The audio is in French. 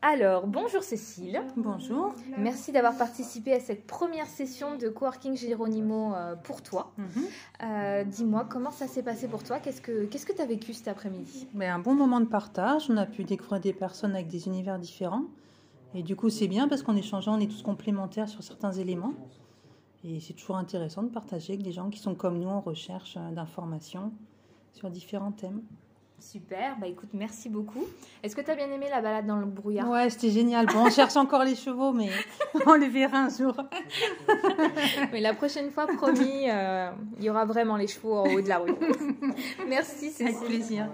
Alors, bonjour Cécile. Bonjour. Merci d'avoir participé à cette première session de Coworking Géronimo euh, pour toi. Mhm. Euh, Dis-moi, comment ça s'est passé pour toi Qu'est-ce que tu as vécu cet après-midi Mais Ben, un bon moment de partage, on a pu découvrir des personnes avec des univers différents. Et du coup, c'est bien parce qu'en échangeant, on est tous complémentaires sur certains éléments. Et c'est toujours intéressant de partager avec des gens qui sont comme nous en recherche euh, d'informations sur différents thèmes. Super, bah écoute, merci beaucoup. Est-ce que tu as bien aimé la balade dans le brouillard Ouais, c'était génial. Bon, on cherche encore les chevaux, mais on les verra un jour. Mais la prochaine fois, promis, euh, il y aura vraiment les chevaux en haut de la rue. merci Cécile. Avec plaisir.